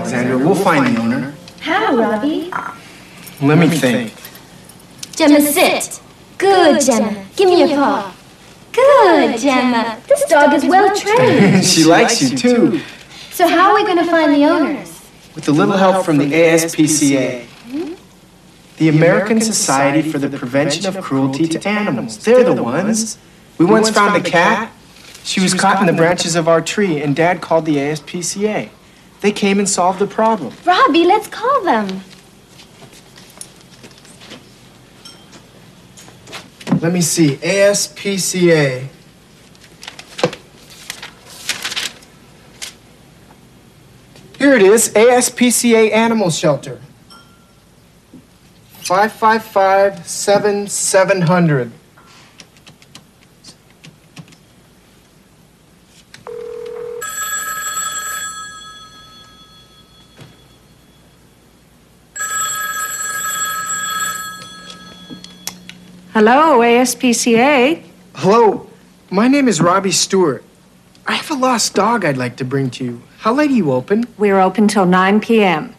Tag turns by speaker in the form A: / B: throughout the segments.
A: find the owner.
B: How, Robbie?
C: Let me think.
B: Gemma, sit. Good, Gemma. Give me your paw. Good, Gemma. This dog is well trained.
C: She likes you too,
B: So how are we going to find the owners?
C: with a little help from the ASPCA. The American Society for the Prevention of Cruelty to Animals. They're the ones. We once found a cat. She was caught in the branches of our tree, and Dad called the ASPCA. They came and solved the problem.
B: Robbie, let's call them.
C: Let me see. ASPCA. Here it is ASPCA Animal Shelter. 555 7700.
D: Hello, ASPCA.
C: Hello, my name is Robbie Stewart. I have a lost dog I'd like to bring to you. How late are you open?
D: We're open till 9 p.m.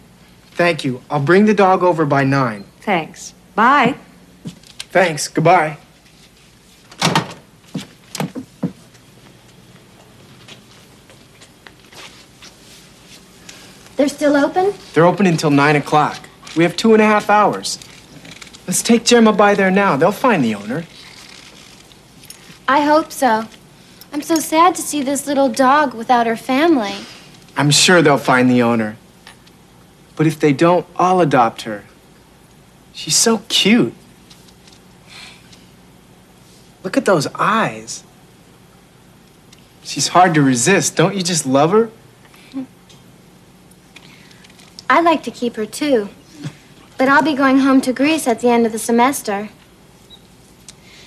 C: Thank you. I'll bring the dog over by nine.
D: Thanks. Bye.
C: Thanks. Goodbye.
B: They're still open?
C: They're open until nine o'clock. We have two and a half hours. Let's take Gemma by there now. They'll find the owner.
B: I hope so. I'm so sad to see this little dog without her family.
C: I'm sure they'll find the owner. But if they don't, I'll adopt her. She's so cute. Look at those eyes. She's hard to resist. Don't you just love her?
B: I'd like to keep her too. But I'll be going home to Greece at the end of the semester.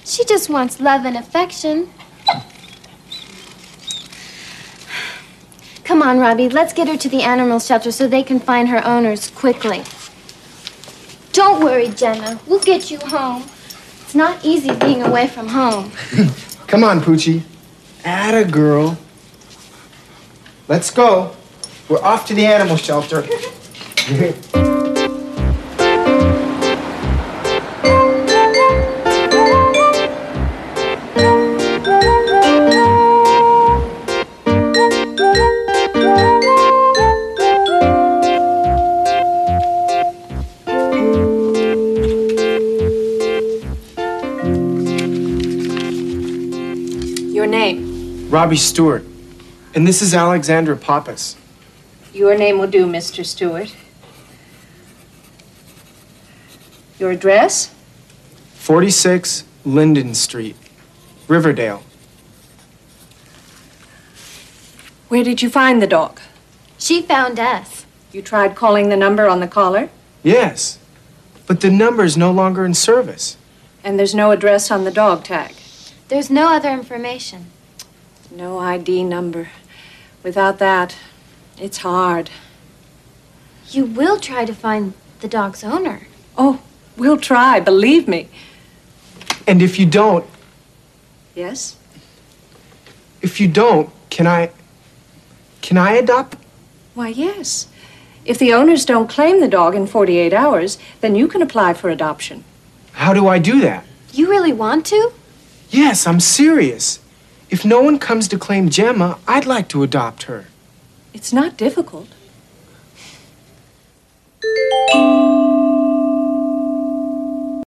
B: She just wants love and affection. Come on, Robbie, let's get her to the animal shelter so they can find her owners quickly. Don't worry, Jenna. We'll get you home. It's not easy being away from home.
C: Come on, Poochie. Atta girl. Let's go. We're off to the animal shelter.
D: Your name.
C: Robbie Stewart. And this is Alexandra Pappas.
E: Your name will do, Mr. Stewart. Your address?
C: 46 Linden Street, Riverdale.
D: Where did you find the dog?
B: She found us.
E: You tried calling the number on the collar,
C: Yes, but the number is no longer in service.
E: and there's no address on the dog tag.
B: There's no other information.
E: No ID number. Without that, it's hard.
B: You will try to find the dog's owner.
E: Oh, we'll try, believe me.
C: And if you don't,
E: Yes?
C: if you don't, can I can I adopt?
E: Why, yes. If the owners don't claim the dog in 48 hours, then you can apply for adoption.
C: How do I do that?
B: You really want to?
C: Yes, I'm serious. If no one comes to claim Gemma, I'd like to adopt her.
E: It's not difficult.